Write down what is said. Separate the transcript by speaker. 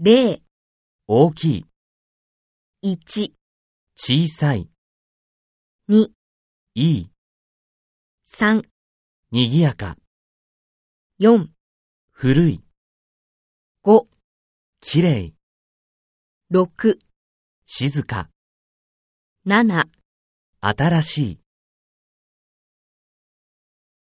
Speaker 1: 0、
Speaker 2: 大きい、
Speaker 1: 1、
Speaker 2: 小さい、
Speaker 1: 2、
Speaker 2: いい、
Speaker 1: 3、
Speaker 2: にぎやか、
Speaker 1: 4、
Speaker 2: 古い、
Speaker 1: 5、
Speaker 2: きれい、
Speaker 1: 6、
Speaker 2: 静か、
Speaker 1: 7
Speaker 2: 新しい。